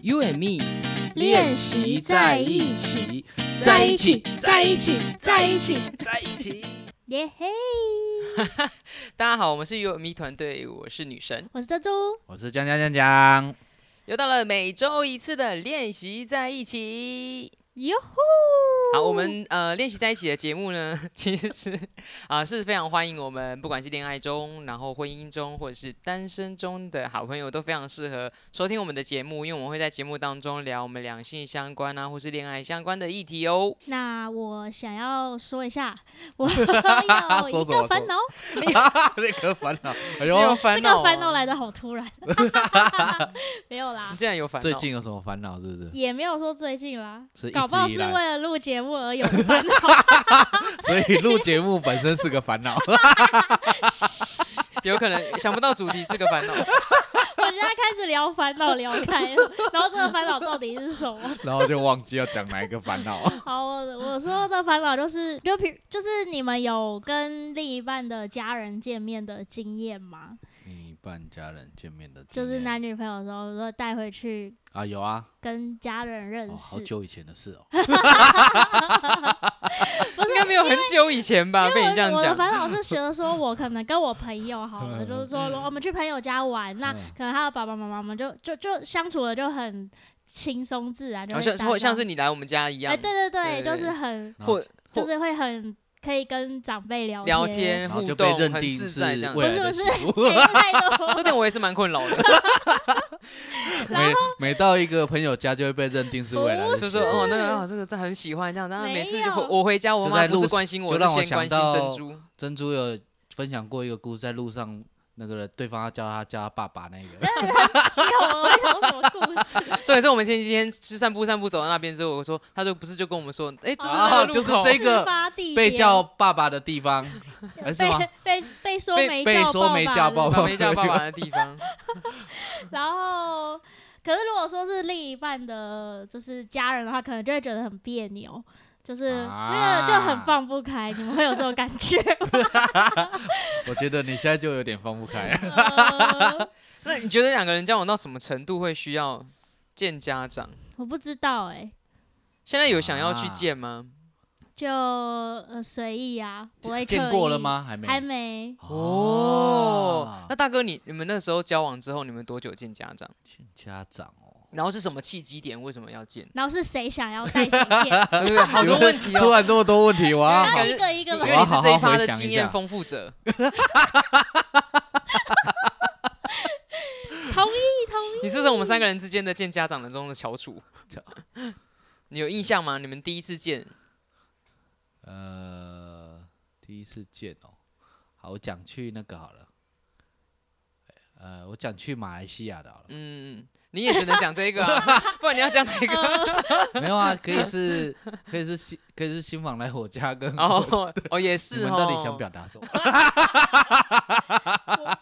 You and me 练习在一起，在一起，在一起，在一起，在一起。耶嘿！大家好，我们是 You and me 团队，我是女神。我是珍珠，我是江江江 江，又到了每周一次的练习在一起。哟呼！好，我们呃练习在一起的节目呢， 其实是啊、是非常欢迎我们，不管是恋爱中，然后婚姻中，或者是单身中的好朋友，都非常适合收听我们的节目，因为我们会在节目当中聊我们两性相关啊，或是恋爱相关的议题哦。那我想要说一下， 我有一 说什个么烦恼，那个烦恼，哎你有呦，烦这恼、啊个烦恼，来的好突然， 没有啦你，竟然有烦恼。最近有什么烦恼是不是？也没有说最近啦，是一搞不好直是以为来，了录节目而有的烦 恼。 所以录节目本身是个烦恼。 有可能想不到主题是个烦恼。 我现在开始聊烦恼，聊开 了，然后这个烦恼到底是什么？然后就忘记要讲哪一个烦恼。 好，我我说的烦恼就是，就比就是你们有跟另一半的家人见面的经验吗？另一半家人见面的经就验，是男女朋友的时候，说带回去啊，有啊，跟家人认哦，识，好 久以前的事哦。应该没有很久以前吧？被你这样我的讲，烦恼是觉得说，我可能跟我朋友好 了，就是说我们去朋友家玩，那嗯可能他的爸爸妈妈们就就就相处的就很轻松自然，就好会像搭上或像是你来我们家一哎、样，对对对对对，就是很然后或就或是会很可以跟长辈聊聊天，天然后互就被动，认很定自是在这样。未来的不是习不俗。也是太多这点我也是蛮困扰的， 每每到一个朋友家，就会被认定是未来的就习是俗。哦，那个啊，这个真的很喜欢这样，但是每次没有回我回家，我就妈在不路是关心我，就是让我先关心想到珍珠。珍珠有分享过一个故事，在路上那个对方要叫他叫他爸爸那个，有我在想什么故事？重点是我们前几天去散步，散步走到那边之后，我说，他就不是就跟我们说，哎， 这是那啊个路就是口这个事发地点 被叫爸爸的 地方，哎是吗？被被被说被没被叫说没爸叫爸爸了爸把没叫爸爸的地方， 然后，可是如果说是另一半的，就是家人的话，可能就会觉得很别扭，就是那啊个就很放不开。你们会有这种感 觉吗？我觉得你现在就有点放 不开。呃那你觉得两个人交往到什么程度会需要见家长？我不知道哎、现在有想要去啊见吗？就呃随意啊，不会见刻过了意？吗？还没。还没，？哦啊，那大哥你，你们那时候交往之后，你们多久见家长？见家长哦，然后是什么契机点？为什么要 见，然后是谁想要带谁见 对对对，好多问题突哦。哎然这么多问题，哇！然感后觉一个一个因为来。你是这一趴的好好好回想一下经验丰富者，同意同意。你是不是我们三个人之间的见家长的中的翘 楚翘。你有印象吗？你们第一次见，呃，第一次见哦，好，我讲去那个好了，呃，我讲去马来西亚 的好了，嗯，你也只能讲这个 啊，不然你要讲哪一个？没有啊，可以是可以是新可以是新房来我家跟我， 哦哦，也你是们哦。到底想表达什么？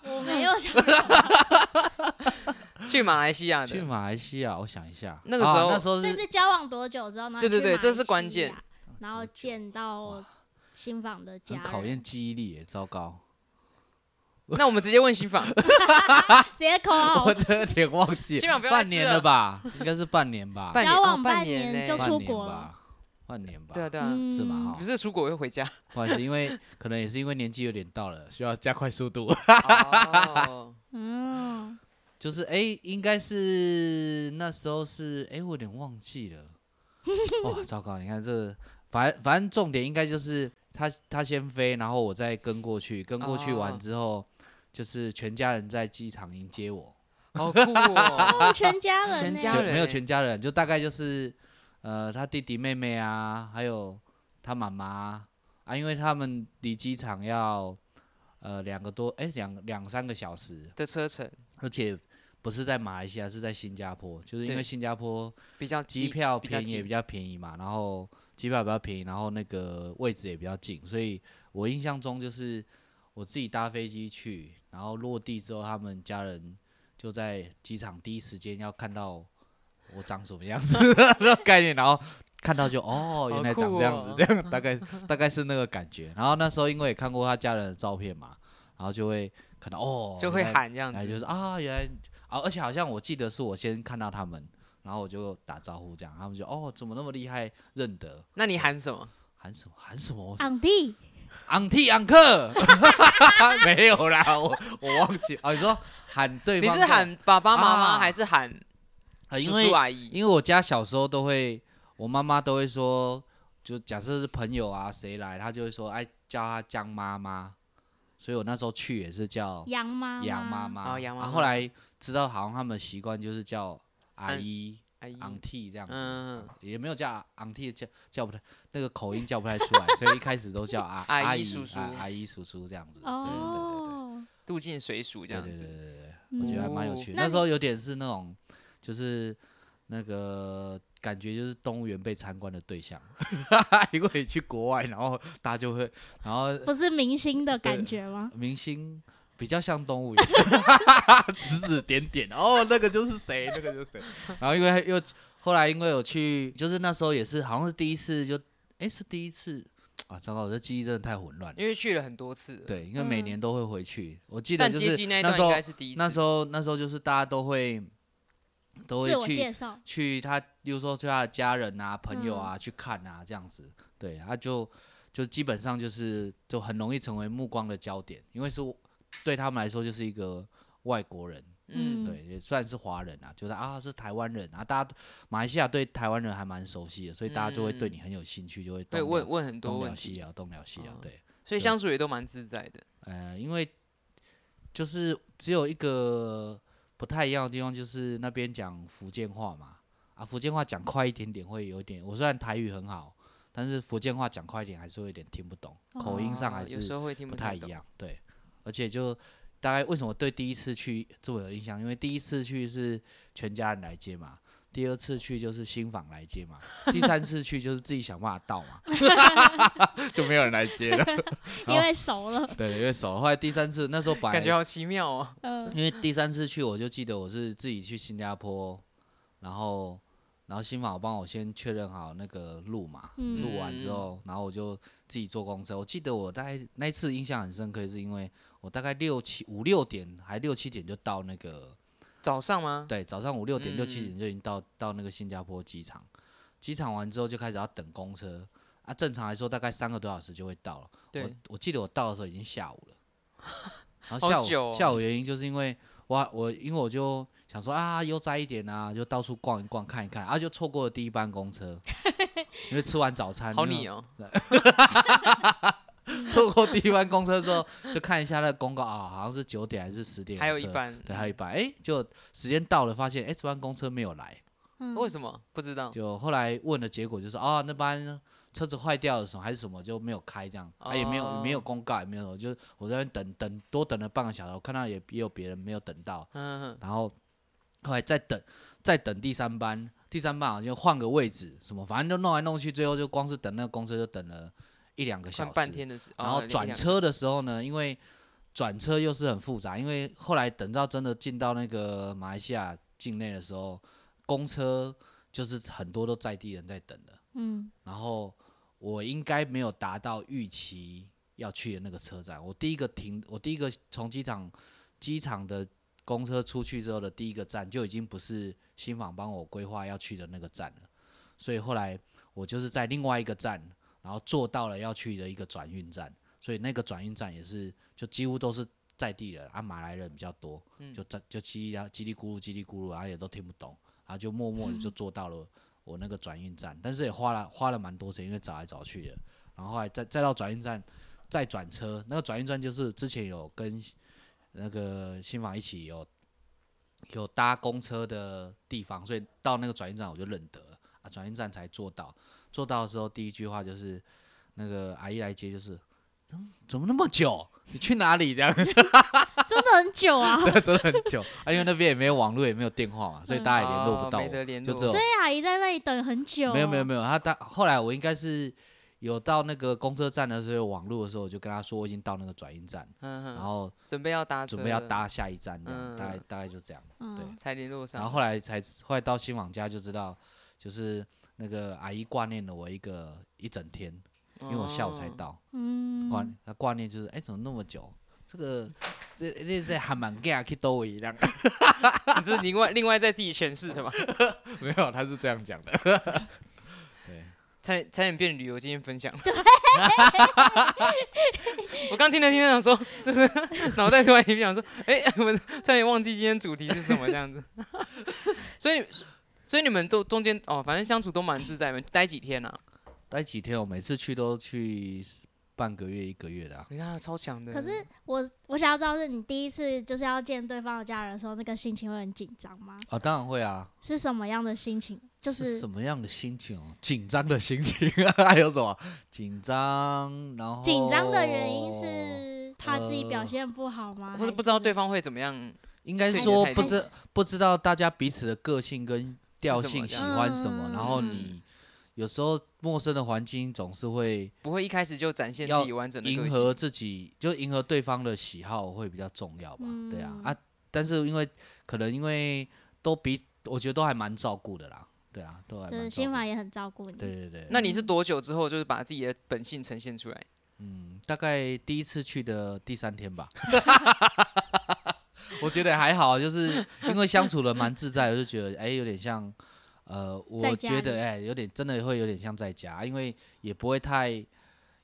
我我没有想到，去马来西亚去的？马来西亚，我想一下，那个时啊候那时候所以是是交往多久之后呢？对对去对马这来是关西键亚，然后见到哇新房的家很人，考验记忆力耶，糟糕，那我们直接问新 房，直接口号我的脸忘 记新哦房不要再半吃年了？吧，应该是半年吧，半年交往哦半年年呢就半出年国了吧，半年吧，对啊对啊，是嗯吗不是出国会回家。不好意思，因为可能也是因为年纪有点到了，需要加快速度。 哦嗯，就是哎、诶应该是那时候是哎、诶我有点忘记了。哇，糟糕！你看这，反正反正重点应该就是他他先飞，然后我再跟过去，跟过去哦完之后，就是全家人在机场迎接我，好酷哦！哦全家人呢，全就家人没有欸全家人，就大概就是呃他弟弟妹妹啊，还有他妈妈啊，因为他们离机场要呃两个多哎两两三个小时，的车程而且不是在马来西亚，是在新加坡，就是因对为新加坡比较机低票比较便宜也近比较便宜嘛，然后机票比较便宜，然后那个位置也比较近，所以我印象中就是我自己搭飞机去，然后落地之后，他们家人就在机场第一时间要看到我长什么 样子的概念，然后。看到就哦，原来长这样子，好酷这样大概大概是那个感觉。然后那时候因为也看过他家人的照片嘛，然后就会看到哦，就会原来喊这样然后子。就是啊，原来啊，而且好像我记得是我先看到他们，然后我就打招呼这样，他们就哦怎么那么厉害认得，那你喊什么？喊什么喊什么，昂弟，昂替昂克， 没有啦，我我忘记啊、哦，你说喊对你方是叫喊爸爸妈妈啊还是喊啊因叔为叔阿姨？因为我家小时候都会，我妈妈都会说，就假设是朋友啊谁来，她就会说哎叫她江妈妈，所以我那时候去也是叫杨妈，杨妈，妈，啊哦杨妈然后妈后来知道好像他们习惯就是叫阿嗯姨、阿姨， auntie 这样子，嗯，也没有叫 auntie 叫叫不太那个口音叫不太出来，所以一开始都叫 阿阿姨姨叔叔啊阿姨叔叔这样子，哦，渡尽水鼠这样对对对对对对子。对对对对。嗯我觉得还蛮有哦趣的。那那你时候有点是那种，就是那个感觉就是动物园被参观的对象， 因为你去国外，然后大家就会，然后嗯不是明星的感觉吗？明星比较像动物园， 指指点点，哦，那个就是谁，那个就是谁。然后因为又后来因为有去，就是那时候也是好像是第一次就，诶，是第一次啊，糟糕，我这记忆真的太混乱了。因为去了很多次了，对，因为每嗯年都会回去，我记得但就接是机那一那段时应候该是第一次。那时候那时候就是大家都会都自会我介去绍，去他，比如说去他的家人啊、朋嗯友啊、去看啊这样子，对，他就就基本上就是就很容易成为目光的焦点，因为是对他们来说就是一个外国人，嗯，对，也算是华人啊，就是啊是台湾人啊，大家马来西亚对台湾人还蛮熟悉的，所以大家就会对嗯你很有兴趣，就会会东问聊问很多东问聊西题，聊，东聊西聊哦，对。所以对相处也都蛮自在的。呃，因为就是只有一个不太一样的地方，就是那边讲福建话嘛，啊，福建话讲快一点点会有一点。我虽然台语很好，但是福建话讲快一点还是会有点听不懂，口音上哦还有时是候会听不太太懂一。样。对，而且就大概为什么对第一次去这么有印象？因为第一次去是全家人来接嘛。第二次去就是新房来接嘛，第三次去就是自己想办法 到嘛，就没有人来接了。因为熟了，对，因为熟了。后来第三次那时候本来感觉好奇妙哦。嗯，因为第三次去，我就记得我是自己去新加坡，然后然后新马帮我先确认好那个路嘛，嗯路完之后，然后我就自己坐公车。我记得我大概那一次印象很深刻，是因为我大概六七五六点还六七点就到那个，早上吗？对，早上五六点六七嗯点就已经到到那个新加坡机场，机场完之后就开始要等公车。啊，正常来说大概三个多小时就会到了。我对，我记得我到的时候已经下午了，然 后好下久午、哦下午原因就是因为我我因为我就想说啊悠哉一点啊，就到处逛一逛看一看，啊就错过了第一班 公车，因为吃完早餐，好你哦，哦。错过第一班公车之后就看一下那个公告啊，好像是九点还是十点，还有一，半，对，还有一班，哎，就时间到了，发现哎这班公车没有来，为么？什么不知道？就后来问的结果就是啊，那班车子坏掉了什么还是什么就没有开这样，啊也没有、也没有哦公告也没有什么，就是我在那边等等多等了半个小时，我看到也也有别人没有等到，嗯，然后后来再等再等第三班，第三班好像就换个位置什么，反正就弄来弄去，最后就光是等那个公车就等了一两啊个小算时，半天的时，然哦后转，车的时候呢，因为转车又是很复杂，因为后来等到真的进到那个马来西亚境内的时候，公车就是很多都在地人在等的，嗯，然后我应该没有达到预期要去的那个车站，我第一个停，我第一个从机场机场的。公车出去之后的第一个站就已经不是新房帮我规划要去的那个站了，所以后来我就是在另外一个站，然后坐到了要去的一个转运站，所以那个转运站也是就几乎都是在地人啊，马来人比较多，嗯就在就叽里啊叽里咕噜叽里咕噜，然后也都听不懂，然后就默默的就坐到了我那个转运站，但是也花了花了蛮多时间，因为找来找去的，然后后来再再到转运站再转车，那个转运站就是之前有跟那个新房一起有有搭公车的地方，所以到那个转运站我就认得了啊，转运站才坐到，坐到的时候第一句话就是那个阿姨来接，就是嗯怎么那么久？你去哪里？这样 真的很久啊，真的很久啊，因为那边也没有网络，也没有电话嘛，所以嗯大家也联络哦不到没我。得联就络，只有所以阿姨在那里等很久，没有没有没有，他大后来我应该是有到那个公车站的时候，有网络的时候，我就跟他说我已经到那个转运站，嗯然哼，后准备要搭车，准备要，搭下一站，这样嗯大概大概就这样。嗯，才联络上。然后后来才后来到新网家就知道，就是那个阿姨挂念了我一个一整天，因为我下午才哦，到，嗯，挂她挂念就是哎、怎么那么久？这个这这这还蛮 gay 去兜一样， 你 这是另外另外再自己诠释的嘛？没有，他是这样讲的。对，差点差点变旅游经验分享。 我刚听了听了想说，就是 脑袋突然一片想说，哎、我差点忘记今天主题是什么这样子。 所以所以你们都中间哦，反正相处都蛮自在的，待几天啊？待几天，我每次去都去半个月、一个月的、啊。你看他超强的。可是我我想要知道，是你第一次就是要见对方的家人的时候，那个心情会很紧张吗？啊，当然会啊，、是什么样的心情？就是是什么样的心情哦？紧张的心情， 还有什么？紧张，然后紧张的原因，是怕自己表现不好吗？哦或是不知道对方会怎么样？应该对你的说态不度知不知道大家彼此的个性跟调是什么性这喜样欢什么，然后嗯你有时候陌生的环境总是会不会一开始就展现要自己完整的个迎性。合自己，就迎合对方的喜好会比较重要吧？对啊嗯啊，但是因为可能因为都比我觉得都还蛮照顾的啦，对啊，都还就蛮是照新顾房的。也很照顾你。对对对，那你是多久之后就是把自己的本性呈现出来？嗯，大概第一次去的第三天吧。 我觉得还好，就是因为相处的蛮自在的，我就觉得哎、有点像，呃，在我家觉得里哎、有点真的会有点像在家，因为也不会太，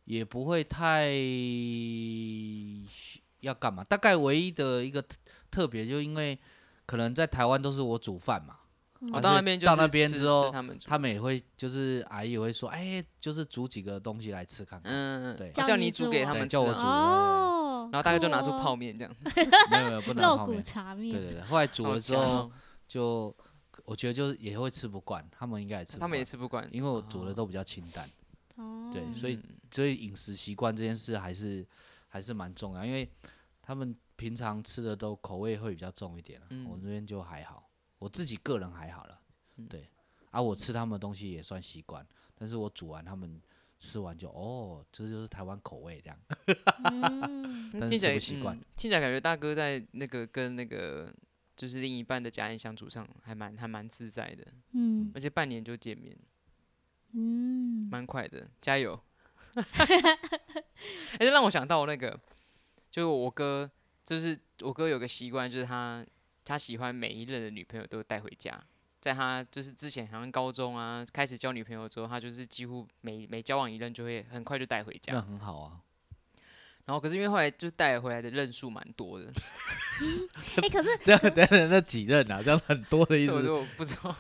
也不会太要干嘛。大概唯一的一个特特别，就因为可能在台湾都是我煮饭嘛，我、啊嗯到所那以边就到是那边吃之吃后他们煮，他们也会就是阿姨也会说，哎、就是煮几个东西来吃看看。嗯，对我叫叫你你煮煮给啊他对们吃叫我啊，煮哦，然后大概就拿出酷哦泡面这样。没有没有，不能肉泡骨面。茶对面，对对，后来煮好了之强后哦就，我觉得就是也会吃不惯，他们应该也吃不惯，他们也吃不惯，因为我煮的都比较清淡，哦对所以嗯所以饮食习惯这件事还是还是蛮重要，因为他们平常吃的都口味会比较重一点、啊我嗯这边就还好，我自己个人还好了，嗯对，啊，我吃他们的东西也算习惯，但是我煮完他们吃完就哦，这就是台湾口味这样，嗯，嗯但是听起吃来不习惯嗯听起来感觉大哥在那个跟那个就是另一半的家人相处上还蛮还蛮自在的，嗯而且半年就见面， 嗯，蛮快的，加 油！哎、这让我想到那个，就是我哥，就是我哥有个习惯，就是他他喜欢每一任的女朋友都带回家。在他就是之前好像高中啊开始交女朋友之后，他就是几乎每每交往一任就会很快就带回家。那很好啊， 然后可是因为后来就带回来的任数蛮多的，哎，可是这样等等那几任啊，这样很多的意所以我就思，不知道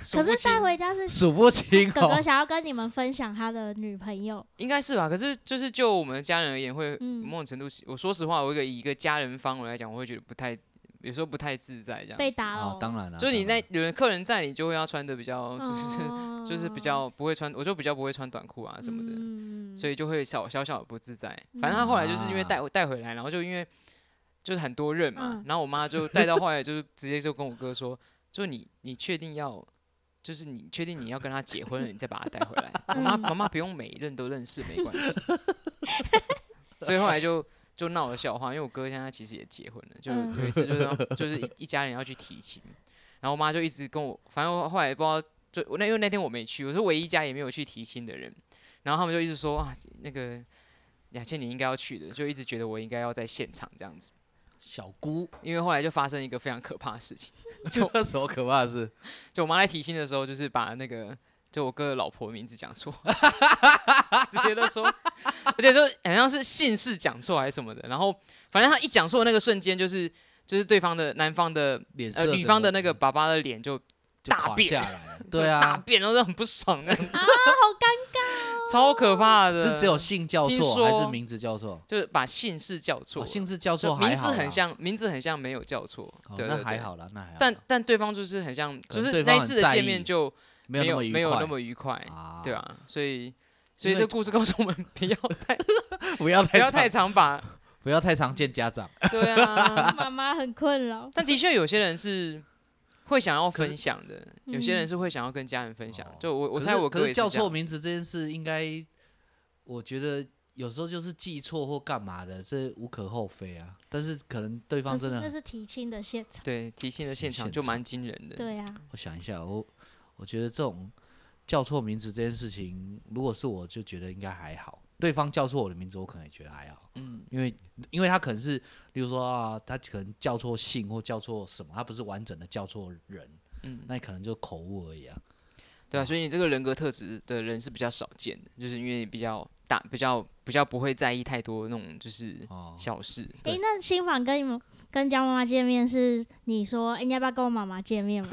数可不是清。带回家是数不清哥哦哥。想要跟你们分享他的女朋友，应该是吧？可是就是就我们家人而言，会嗯某种程度是，我说实话，我一个以一个家人方我来讲，我会觉得不太，有时候不太自在这样。被打哦扰，，当然了、就是你当然那有人客人在，你就会要穿的比较，就是、哦就是比较不会穿，我就比较不会穿短裤啊什么的，嗯所以就会小小小的不自在。反正他后来就是因为嗯带带回来，然后就因为就是很多人嘛，嗯然后我妈就带到后来就是直接就跟我哥说，就你你确定要。就是你确定你要跟他结婚了，你再把他带回来。我妈嗯妈妈不用每一任都认识，没关系。 所以后来就就闹了笑话，因为我哥现在其实也结婚了，就嗯有一次就是要 就是一一家人要去提亲，然后我妈就一直跟我，反正我后来也不知道，就我那因为那天我没去，我是唯一一家也没有去提亲的人，然后他们就一直说啊那个。雅倩，你应该要去的，就一直觉得我应该要在现场这样子，小姑，因为后来就发生一个非常可怕的事情， 就那什么可怕的事？就我妈在提亲的时候，就是把那个就我哥的老婆的名字讲 错，直接就说，而且就好像是姓氏讲错还是什么的。然后反正他一讲错那个瞬间，就是就是对方的男方的脸色呃整，女方的那个爸爸的脸就就大垮变下 来了。对大啊，变，然后就很不爽的，啊，好尴哦超可怕的。是只有姓叫听错还是说名字叫错？就是把姓氏叫错哦了，姓氏叫就错还名好字啦，很像，名字很像没有叫错哦，，对那还。对对好啦，那还好啦。但但对方就是很像，可就能是对那方一很次的在见意面就没有那么愉快，没有那么愉快，啊，对，啊，所以所以因这为故事告诉我们不要太 不要不太要常太常 把不要太常见家长。对啊， 尬，妈妈很困扰。但的确有些人是会想要分享的，嗯有些人是会想要跟家人分享哦。就我我可猜是我可哥是也叫这样错名字这件事，应该我觉得有时候就是记错或干嘛的，这无可厚非啊。但是可能对那方是真的那很，是提亲的现场，对提亲的现场现就场蛮惊人的。对啊，我想一下，哦我我觉得这种叫错名字这件事情，如果是我就觉得应该还好，对方叫错我的名字，我可能也觉得还好，嗯，因为因为他可能是，例如说啊，他可能叫错姓或叫错什么，他不是完整的叫错人，嗯那可能就口误而已啊。对啊，所以你这个人格特质的人是比较少见的，就是因为你比较大，比较比较不会在意太多那种就是哦，小事。诶，对那新房跟你们跟江妈妈见面是你说、诶你要不要跟我妈妈见面吗？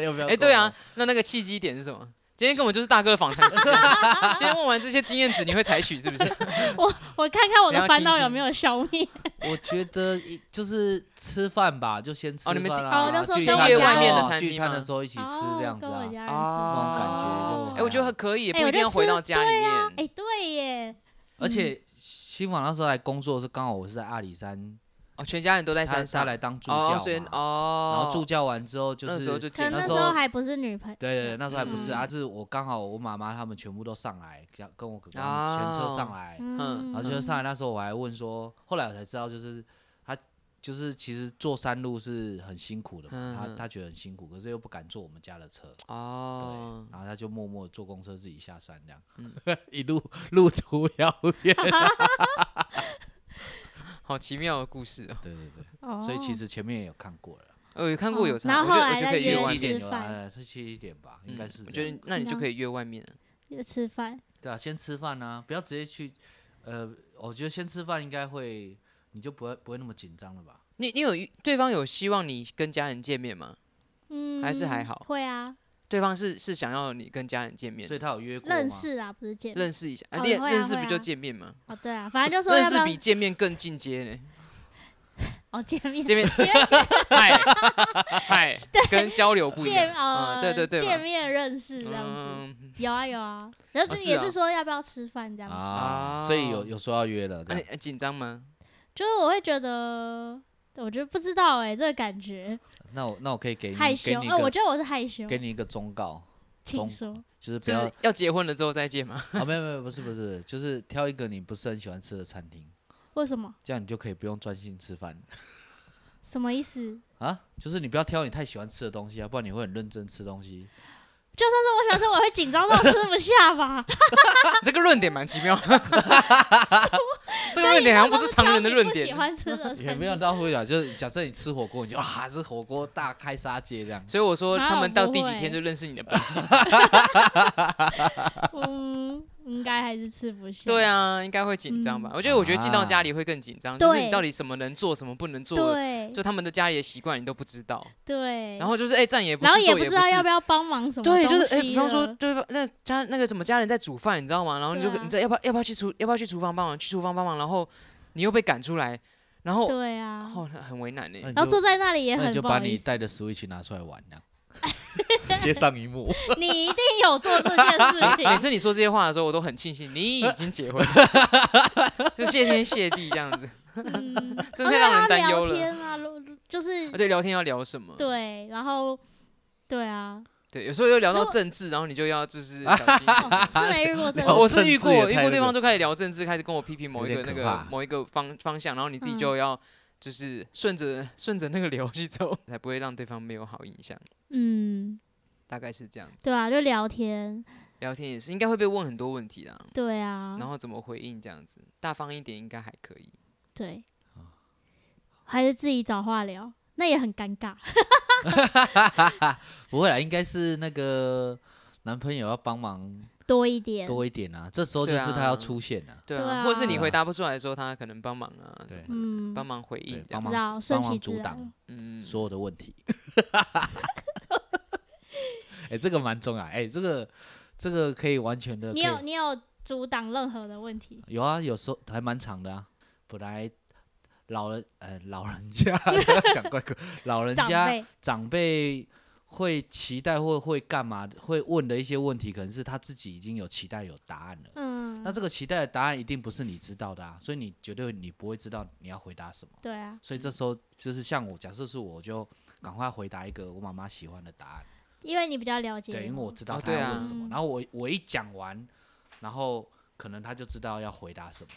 要不要？哎、对啊，，那那个契机点是什么？今天根本就是大哥的访谈 时间。今天问完这些经验值，你会采取是不是？我看看我你的要烦听恼有听没有消灭。哦我觉得一就是吃饭吧，就先吃哦你们饭哦啊，就说聚先餐约的时外面的候餐聚厅餐吗的时候一起吃这样子哦、跟我啊。家人吃啊那种感觉就哎、我觉得很可以，哎不我一定觉要得回吃到家里对啊，面。哎、对耶，而且嗯新房那时候来工作是刚好我是在阿里山，哦，全家人都在他山上他来当助哦，所以教嘛，哦，然后助教完之后就。那时候就是可见能到那那时时候候还不是女朋友。对对，对那时候还不是嗯啊，就是我刚好我妈妈他们全部都上来，跟跟我哥哥哦全车上来，嗯然后就是上来那时候我还问说，后来我才知道就是他就是其实坐山路是很辛苦的嘛，嗯嗯他他觉得很辛苦，可是又不敢坐我们家的车，对，哦，然后他就默默坐公车自己下山这样，嗯 一路路途遥 远，好奇妙的故事哦。对对对，哦所以其实前面也有看过了，呃我有看过有哦差，然后我觉后得来我觉得再可以约约吃外七面，点有啦，饭呃是七点吧，应该嗯是我这觉样，得那你就然后可以约外面了。就吃饭，对啊，先吃饭啊，不要直接去，呃，我觉得先吃饭应该会，你就不会不会那么紧张了吧？你你有对方有希望你跟家人见面吗？嗯，还是还好会啊，对方是是想要你跟家人见面所，以他有约过吗？认识啊，不是见面。认识一下，啊哦练会啊认识会不就啊见面吗？哦，对啊，反正就说认要不识比要见面更进阶呢。哦见面见面嗨 嗨，跟交流不一见样。哦、嗯对对对嘛见面认识这样子。嗯，有啊有啊，然后哦就是也哦是说要不要吃饭这样子，啊，所以有哦有说要约了，那这你样呃紧张吗？就是我会觉得，我觉得不知道哎、这个感觉那我那我可以给你害羞给你一哦，我个觉得我是害羞，给你一个忠告，请中说就是不就要是要结婚了之后再见吗？ 啊，没有没有，不是不是，就是挑一个你不是很喜欢吃的餐厅，为什么？这样你就可以不用专心吃饭什么意思？啊。就是你不要挑你太喜欢吃的东西啊，不然你会很认真吃东西。就算是我想吃，我会紧张到吃不下吧？这个论点蛮奇 妙， 这个论点好像不是常人的论所点以你不喜。欢 吃的也没有到会啊，就是假设你吃火锅，你就啊这火锅大开杀戒这样。所以我说，啊他我们到不第几会天就认识你的本 性。嗯，应该还是吃不下。对，啊，应该会紧张吧？嗯我觉得，我觉得进到家里会更紧张，就是你到底什么能做，什么不能做，对就他们的家里的习惯你都不知道。对，然后就是，哎，站也不然后是，也坐不也不知道要是不。要帮忙什么东对，西就了，是哎，比方说，对方那家那个什么家人在煮饭，你知道吗？然后你就对啊你知道要不要要不要去厨要不要去厨房帮忙？去厨房帮忙，然后你又被赶出来，然后对啊，哦很为难呢。那你然后就坐在那里也那很你就不把好你意思。带的 Switch 拿出来玩呢、 接上一幕。你一定有做这件每事情，次你说这些话的时候，我都很庆幸你已经结婚， 就谢天谢地这样 子，嗯， 真的让人担忧哦对了。啊聊天啊，如就是而且聊天要聊什么？对，然后对啊，对，有时候又聊到如果政治，然后你就要 就是小心。哦是没遇 过这聊我个，我是遇政治也过遇太过那对方个就开始聊政治，开始跟我批评某有一个点那可个怕某一个方方向，然后你自己嗯就要就是顺着顺着那个流去走，才不会让对方没有好印象。嗯，大概是这样，对啊，就聊天，聊天也是应该会被问很多问题啦，对啊，然后怎么回应这样子，大方一点应该还可以。对，啊还是自己找话聊，那也很尴尬，不会啦，应该是那个男朋友要帮忙多一点，多一点啊，这时候就对啊是他要出现啊，对对啊，啊或者是你对回啊答不出来的时候，他可能帮忙啊，对嗯，帮忙回对应，啊这样，帮不忙知道顺帮忙其阻自挡然，嗯，所有的问题。 哎、这个蛮重要，哎、这个这个可以完全的可你以有你有阻挡任何的问题，有啊，有时候还蛮长的啊。本来老人呃老人家 讲怪怪，老人长家辈，长辈会期待或会干嘛，会问的一些问题，可能是他自己已经有期待有答案了。嗯那，这个期待的答案一定不是你知道的啊，所以你绝对你不会知道你要回答什么。对啊，所以这时候就是像我，假设是我我就赶快回答一个我妈妈喜欢的答案，因为你比较了解嘛，对，因为我知哦道她对要啊问什么，然后我我一讲完，然后可能她就知道要回答什么。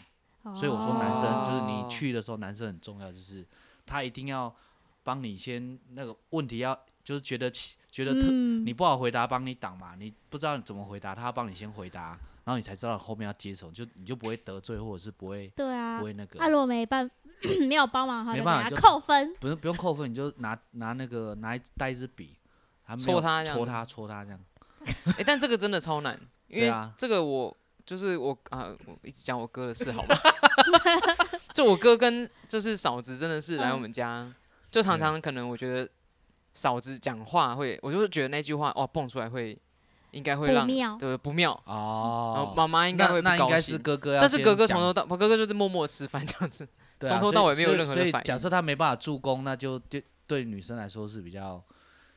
所以我说男生就是哦你去的时候，男生很重要，就是他一定要帮你先那个问题要就是觉得奇觉得特、嗯你不好回答，帮你挡嘛，你不知道怎么回答，他帮你先回答，然后你才知道后面要接什么，就你就不会得罪，或者是不会对啊不，会那个，啊如果没办 没有帮忙的话，就没给办他法就扣分。不是不用扣分，你就拿拿那个拿一带一支笔，还没戳有他这样戳子他戳他这样，哎、但这个真的超难，因对为啊这个我就是我啊、我一直讲我哥的事好吗？ 就我哥跟就是嫂子真的是来我们家，嗯就常常可能我觉得嫂子讲话会，我就觉得那句话哦蹦出来会，应该会不让妙对不妙，然后哦，妈嗯妈应该那会不那应高该是兴。哥哥要但先是讲，哥哥从头到我哥哥就是默默吃饭这样子，对啊从头所以到尾没有所以任何的所以反应假设他没办法助攻，那就对对女生来说是比较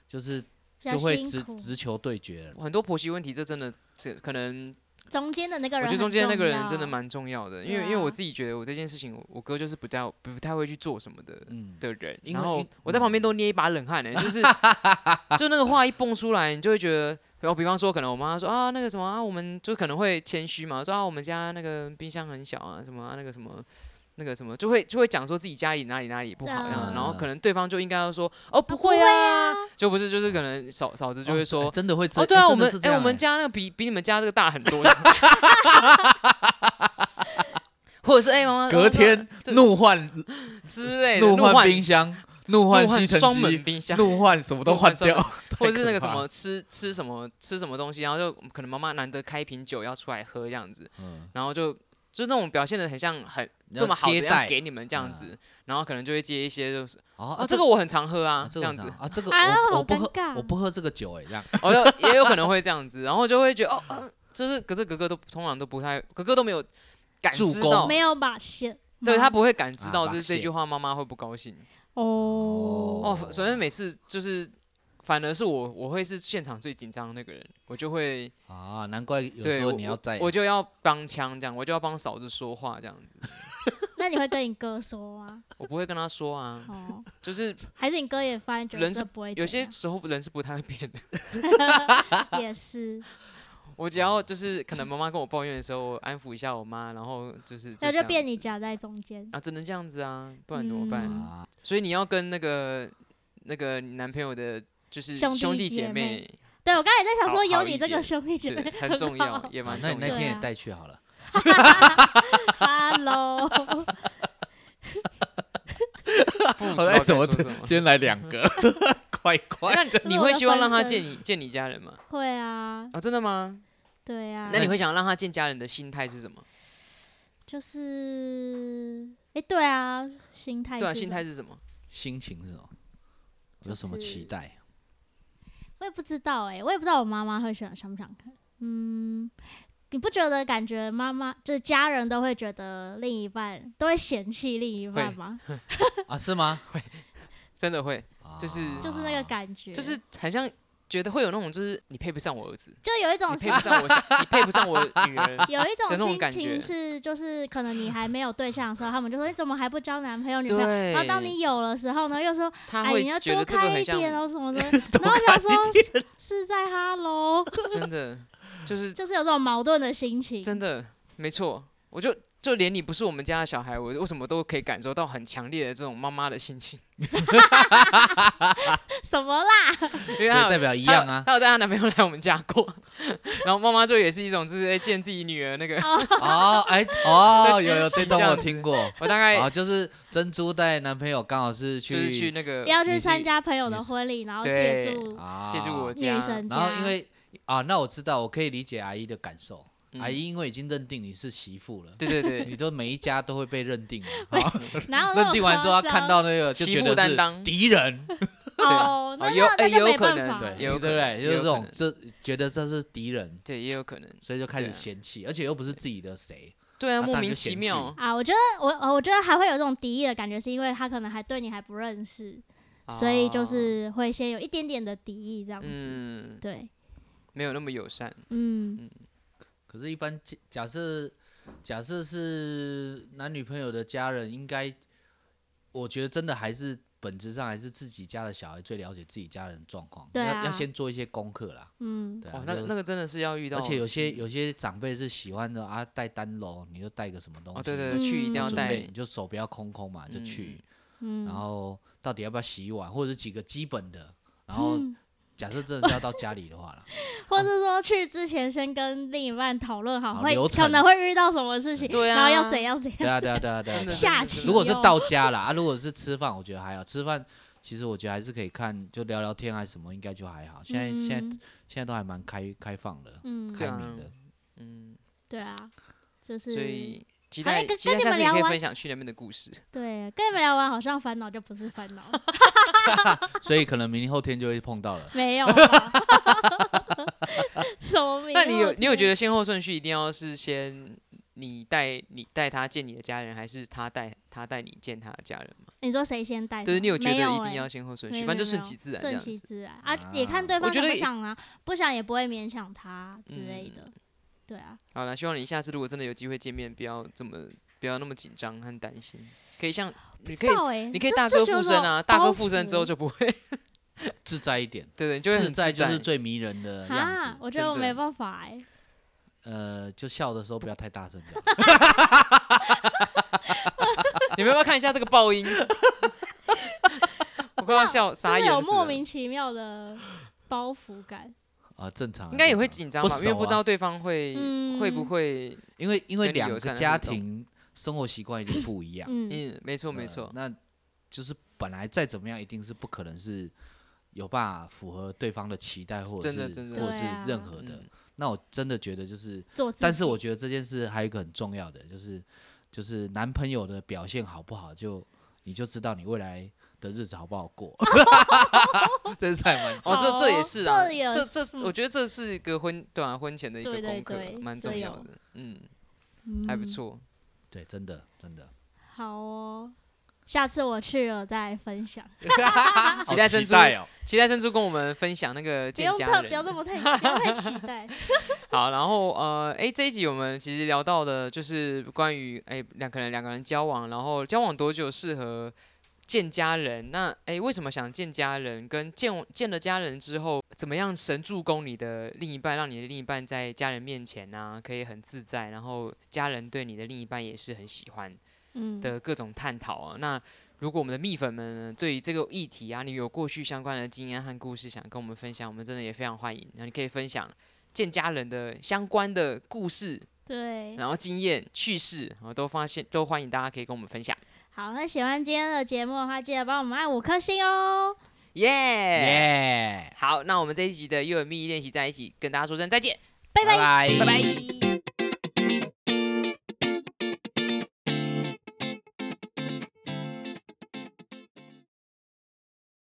就是比较就会辛直苦直球对决了。很多婆媳问题，这真的这可能中间的那个我人，觉得中间那个人真的……蛮重要的，因为、对啊因为我自己觉得我这件事情，我我哥就是不太不太会去做什么的嗯，的人，因然为后因嗯我在旁边都捏一把冷汗呢、欸就是 就那个话一蹦出来，你就会觉得。然后，比方说，可能我妈说啊，那个什么啊，我们就可能会谦虚嘛，说啊，我们家那个冰箱很小啊，什么啊，那个什么，那个什么，就会就会讲说自己家里哪里哪里不好这样，嗯然后可能对方就应该要说哦，不不会会啊，就不是，就是可能嫂嫂子就会哦说哎真的会这哦，对啊，哎我真的们是这哎、样我们哎家那个比比你们家这个大很多。 或者是哎，妈妈隔天这怒换之类的，怒哎怒换冰箱，怒怒换换吸尘双机门，冰箱，怒换什么都怒换换双掉， 或者是那个什太可怕么吃吃什么吃什么东西，然后就嗯可能妈妈难得开瓶酒要出来喝这样子，嗯，然后就就那种表现的很像很要这么好的接要待嗯给你们这样子，然后可能就会接一些就是哦哦，这个我很常喝啊啊这这个样很子好，啊，这个哎呦我好我不尴喝尬，我不喝这个酒哎，这样哦，就也有可能会这样子，然后就会觉得哦，呃就是可是格格都通常都不太，格格都没有感助知攻到，没有把线，对他妈不会感知啊到发这这现句话，妈妈会不高兴。哦哦，首先每次就是。反而是我，我会是现场最紧张的那个人，我就会啊，难怪有对时我候你要在我，我就要帮腔这样，我就要帮嫂子说话这样子，那你会跟你哥说吗？我不会跟他说啊，哦，就是还是你哥也发现觉得人是这不会怎有样？ 些时候人是不太会变的，也是，我只要就是可能妈妈跟我抱怨的时候，我安抚一下我妈，然后就是那这就样变你子夹在中间。啊，只能这样子啊，不然怎么办？嗯啊，所以你要跟那个那个你男朋友的，就是兄弟兄弟姐姐妹妹，对我刚才也在想说，好有好你一这个点兄弟姐妹对，很重要， 也啊蛮那你重那要的。对天啊也带去好了， Hello， 不知好道在该怎么说 什么今天来两个， 快快，那是你我会的希望让他分见身你见你家人吗？会啊，啊，真的吗？对啊，那你会想让他见家人的心态是什么？就是，哎，对啊，心态对啊，是心什态么是什么？心情是什么？有什么就是期待？我也不知道哎、我也不知道我妈妈会想想不想看。嗯，你不觉得感觉妈妈就是家人都会觉得另一半都会嫌弃另一半会 吗？啊，是吗？啊真的会，就是就是那个感觉，就是很像觉得会有那种，就是你配不上我儿子，就有一你种。配不上我小，你配不上我女儿 有一的那种种心感觉情是就是可能你还没有对象的时候，他们就说你怎么还不交男朋友 女朋友？对，然后当你有了时候呢，又说他哎会你要觉得多这个开很一像点哦什么的， 然后我想说是是在哈喽， 真的，就是就是有这种矛盾的心情，真的，没错，我就就连你不是我们家的小孩，我为什么都可以感受到很强烈的这种妈妈的心情，什么啦？因为就她有代表一样 啊她有她有带她男朋友来我们家过，然后妈妈就也是一种就是哎、见自己女儿那个，哦，哎，哦，的有有心这情段这我样子听过，我大概啊，就是珍珠带男朋友刚好是 就去是去那个不要你去是参加朋友的你是婚礼，然后对哦借助啊，借住我家女，神家。然后因为啊，那我知道，我可以理解阿姨的感受。嗯阿姨因为已经认定你是媳妇了，对对你对，都每一家都会被认定 了。好然后认定完之后，她看到那个就媳觉妇得担是当敌人，啊哦，那哦那有哎那就有没可能办法，对对有不可能对？就有是这可种能这觉得这是敌人，对也有可 能，所以就开对始啊嫌弃，而且又不是自己的谁。对啊，那当莫然名就其嫌弃妙，啊，我觉得我呃我觉得还会有这种敌意的感觉，是因为他可能还对你还不认识，所以就哦是会先有一点点的敌意这样子。嗯，对，没有那么友善，嗯，可是，一般假假设假设是男女朋友的家人，应该我觉得真的还是本质上还是自己家的小孩最了解自己家人的状况，对要啊要先做一些功课啦。嗯，对啊，哦，那就那个真的是要遇到，嗯而且有些有些长辈是喜欢的啊，带单楼你就带个什么东西，哦，对对，对去一定嗯要准带备，你就手不要空空嘛，就嗯去，嗯，然后到底要不要洗碗，或者是几个基本的。然后嗯假设真的是要到家里的话啦，或是说去之前先跟另一半讨论好，好会流程可能会遇到什么事情，对啊然后要怎样怎对样。啊对啊对啊对啊真的对啊。下棋哦如果是哟到家啦，啊，如果是吃饭，我觉得还好。吃饭其实我觉得还是可以看，就聊聊天还是什么，应该就还好。现在、现在嗯现在都还蛮开开放的，嗯，对开啊明的。嗯，对啊，就是所以期好待跟期待跟你下们次你可以聊完分享去那边的故事。对，跟你们聊完好像烦恼就不是烦 恼，所以可能明天后天就会碰到了。没 有吧。什么名后那天？你有你有觉得先后顺序一定要是先你带你带他见你的家人，还是他带他带你见他的家人吗？你说谁先带什么？就是你有觉得没有一定欸要先后顺没序，有反正没就顺有没有其自然这顺样其子。自然啊，啊也看对我方觉得想不也嗯想啊，不想也不会勉强他之类的。 对啊，好了，希望你下次如果真的有机会见面，不要这么不要那么紧张和担心，可以像你可以到哎，你可以这大这哥就附是身种啊，大包哥附身之后袱就不会， 自在一点，对对，你就会很自在就是自最迷人的样啊，子。我觉得我真的没办法哎，呃，就笑的时候不要太大声，这样你们要不要看一 下这个爆音？ 我快要笑真傻的眼有了。莫名其 妙的包袱感。啊，正常啊。应该也会正常紧张不吧，因为熟不知啊道对方会嗯会不会，因为因为跟你友两善的个家互动庭生活习惯一定不一样。嗯，嗯，没错没呃错，那就是本来再怎么样，一定是不可能是有办法符合对方的期待，或者真的是真的或者对是啊任何的嗯。那我真的觉得就是，做自己。但是我觉得这件事还有一个很重要的，就是就是男朋友的表现好不好，就你就知道你未来的日子好不好 过。这是还蛮哦，这这也好是啊，这也这这是我觉得这是一个婚对啊婚前的一个对对功课对，蛮这重要有的，嗯，嗯还不。错，对，真的真的。好哦，下次我去了再分享， 期好待啊珍珠哦！期待珍珠跟我们分享那个不见用家特不要那人。 么太不要太期待。好，然后呃，哎，这一集我们其实聊到的就是关于哎两个人两个人交往，然后交往多久适合见家人？那哎，为什么想见家人？跟见见了家人之后，怎么样神助攻你的另一半，让你的另一半在家人面前呢、可以很自在，然后家人对你的另一半也是很喜欢。嗯，的各种探讨啊。那如果我们的蜜粉们呢对于这个议题啊，你有过去相关的经验和故事想跟我们分享，我们真的也非常欢迎。那你可以分享见家人的相关的故事，对。然后经验、趣事，然后都发现都欢迎大家可以跟我们分享。好，那喜欢今天的节目的话，记得帮我们按五颗星哦。耶、耶！好，那我们这一集的幼儿蜜练习在一起，跟大家说声再见，拜拜。拜拜拜